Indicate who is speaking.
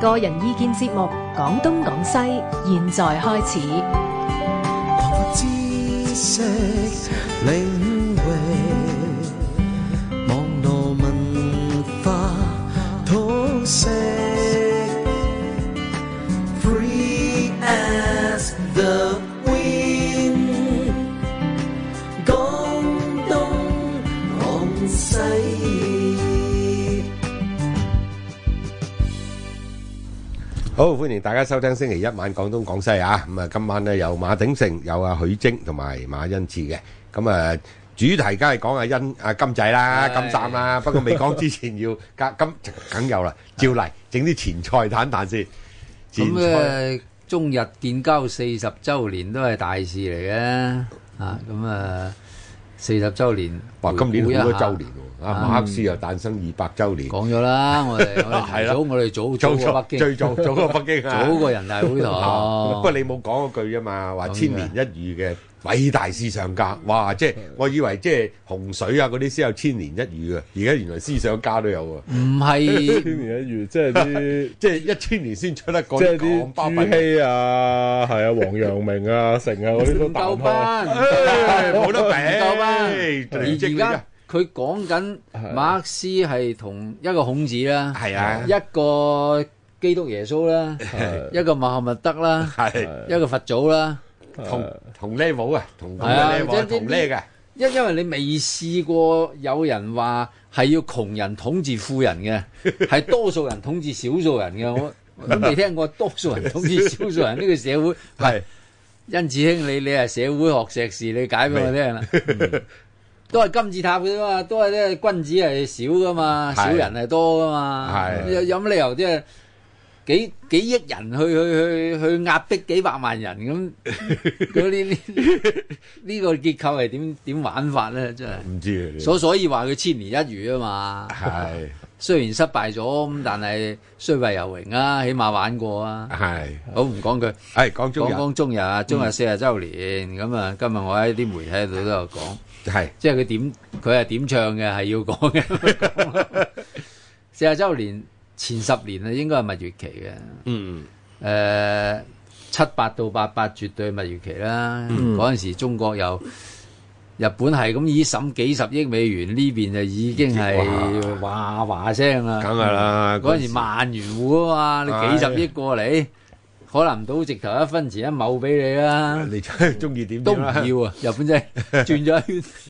Speaker 1: 個人意見節目《講東講西》，現在開始。
Speaker 2: 擴闊知識領域，網絡文化通識，free as the wind。廣東廣西。
Speaker 3: 好，歡迎大家收聽星期一晚廣東廣西啊！咁啊，今晚咧有馬鼎盛、有阿許晶同埋馬恩賜嘅。咁啊，主題梗係講阿欣、阿金仔啦、
Speaker 4: 係
Speaker 3: 金湛啦。不過未講之前要加金，梗有啦。照例整啲前菜蛋蛋先。前
Speaker 4: 咁
Speaker 3: 菜
Speaker 4: 誒，中日建交四十週年都係大事嚟嘅，啊咁啊，四十週年，
Speaker 3: 哇，今年好多週年喎！
Speaker 4: 啊
Speaker 3: 啊，馬克思又誕生二百週年，
Speaker 4: 講咗啦，我哋我
Speaker 3: 係
Speaker 4: 哋
Speaker 3: 啦
Speaker 4: 早我哋早
Speaker 3: 早
Speaker 4: 早過北
Speaker 3: 最
Speaker 4: 京，
Speaker 3: 早早過北京啊！
Speaker 4: 早過人大會
Speaker 3: 啊不過
Speaker 4: 堂，
Speaker 3: 你冇講嗰句啫嘛，話
Speaker 4: 咁
Speaker 3: 千年一遇嘅偉大思想家，哇！即係我以為即係洪水啊嗰啲先有千年一遇嘅，而家原來思想家都有喎，
Speaker 4: 唔 係
Speaker 5: 千年一遇，即係啲
Speaker 3: 即係一千年先出得過
Speaker 5: 即係
Speaker 3: 啲咁巴
Speaker 5: 啲朱
Speaker 3: 閉。
Speaker 5: 熹啊，係啊，王陽明啊，成啊嗰啲都
Speaker 4: 唔
Speaker 5: 彈
Speaker 4: 夠
Speaker 5: 開。
Speaker 4: 班，
Speaker 3: 唉冇 得比，
Speaker 4: 夠班而
Speaker 3: 累積
Speaker 4: 而
Speaker 3: 嚟
Speaker 4: 家
Speaker 3: 㗎
Speaker 4: 佢講緊馬克思係同一個孔子啦，
Speaker 3: 係啊
Speaker 4: 一個基督耶穌啦，
Speaker 5: 係
Speaker 4: 一個馬哈密德啦，
Speaker 3: 係
Speaker 4: 一個佛祖啦。
Speaker 3: 同同 level 啊，同同
Speaker 4: 係啊
Speaker 3: level 啊
Speaker 4: 即係
Speaker 3: 同 level 嘅，
Speaker 4: 因因為你未試過有人話係要窮人統治富人嘅，係多數人統治少數人嘅，我我都未聽過多數人統治少數人呢個社會。
Speaker 3: 係
Speaker 4: 甄子兄，你你係社會學碩士，你解俾我聽啦。嗯都係金字塔嘅啫嘛，都係咧君子係少噶嘛，
Speaker 3: 係
Speaker 4: 少人係多噶嘛
Speaker 3: 係，
Speaker 4: 有有乜理由即係幾幾億人去去去去壓迫幾百萬人咁？嗰啲呢呢個結構係點點玩法咧？真係。
Speaker 3: 唔知啊
Speaker 4: 所所以話佢千年一遇啊嘛，
Speaker 3: 係
Speaker 4: 雖然失敗咗咁，但係雖敗猶榮啊，起碼玩過啊。
Speaker 3: 係
Speaker 4: 好唔講佢，
Speaker 3: 係講中
Speaker 4: 講
Speaker 3: 人
Speaker 4: 講中日，中日四十週年咁啊，今日我喺啲媒體度都有講，
Speaker 3: 係
Speaker 4: 即係佢點佢係點唱嘅係要講嘅。四十週年前十年啊，應該係蜜月期嘅。
Speaker 3: 嗯
Speaker 4: 誒、七八到八八絕對蜜月期啦。
Speaker 3: 嗯
Speaker 4: 嗰陣、時中國又日本係咁已審幾十億美元，呢邊就已經係話話聲啦。
Speaker 3: 梗係啦嗰陣
Speaker 4: 嗰陣時
Speaker 3: 時
Speaker 4: 萬元户啊嘛，你幾十億過嚟，可能唔到直頭一分錢一畝俾你啦，
Speaker 3: 你中意點
Speaker 4: 都
Speaker 3: 點
Speaker 4: 唔
Speaker 3: 啦
Speaker 4: 要啊！日本仔轉咗一圈，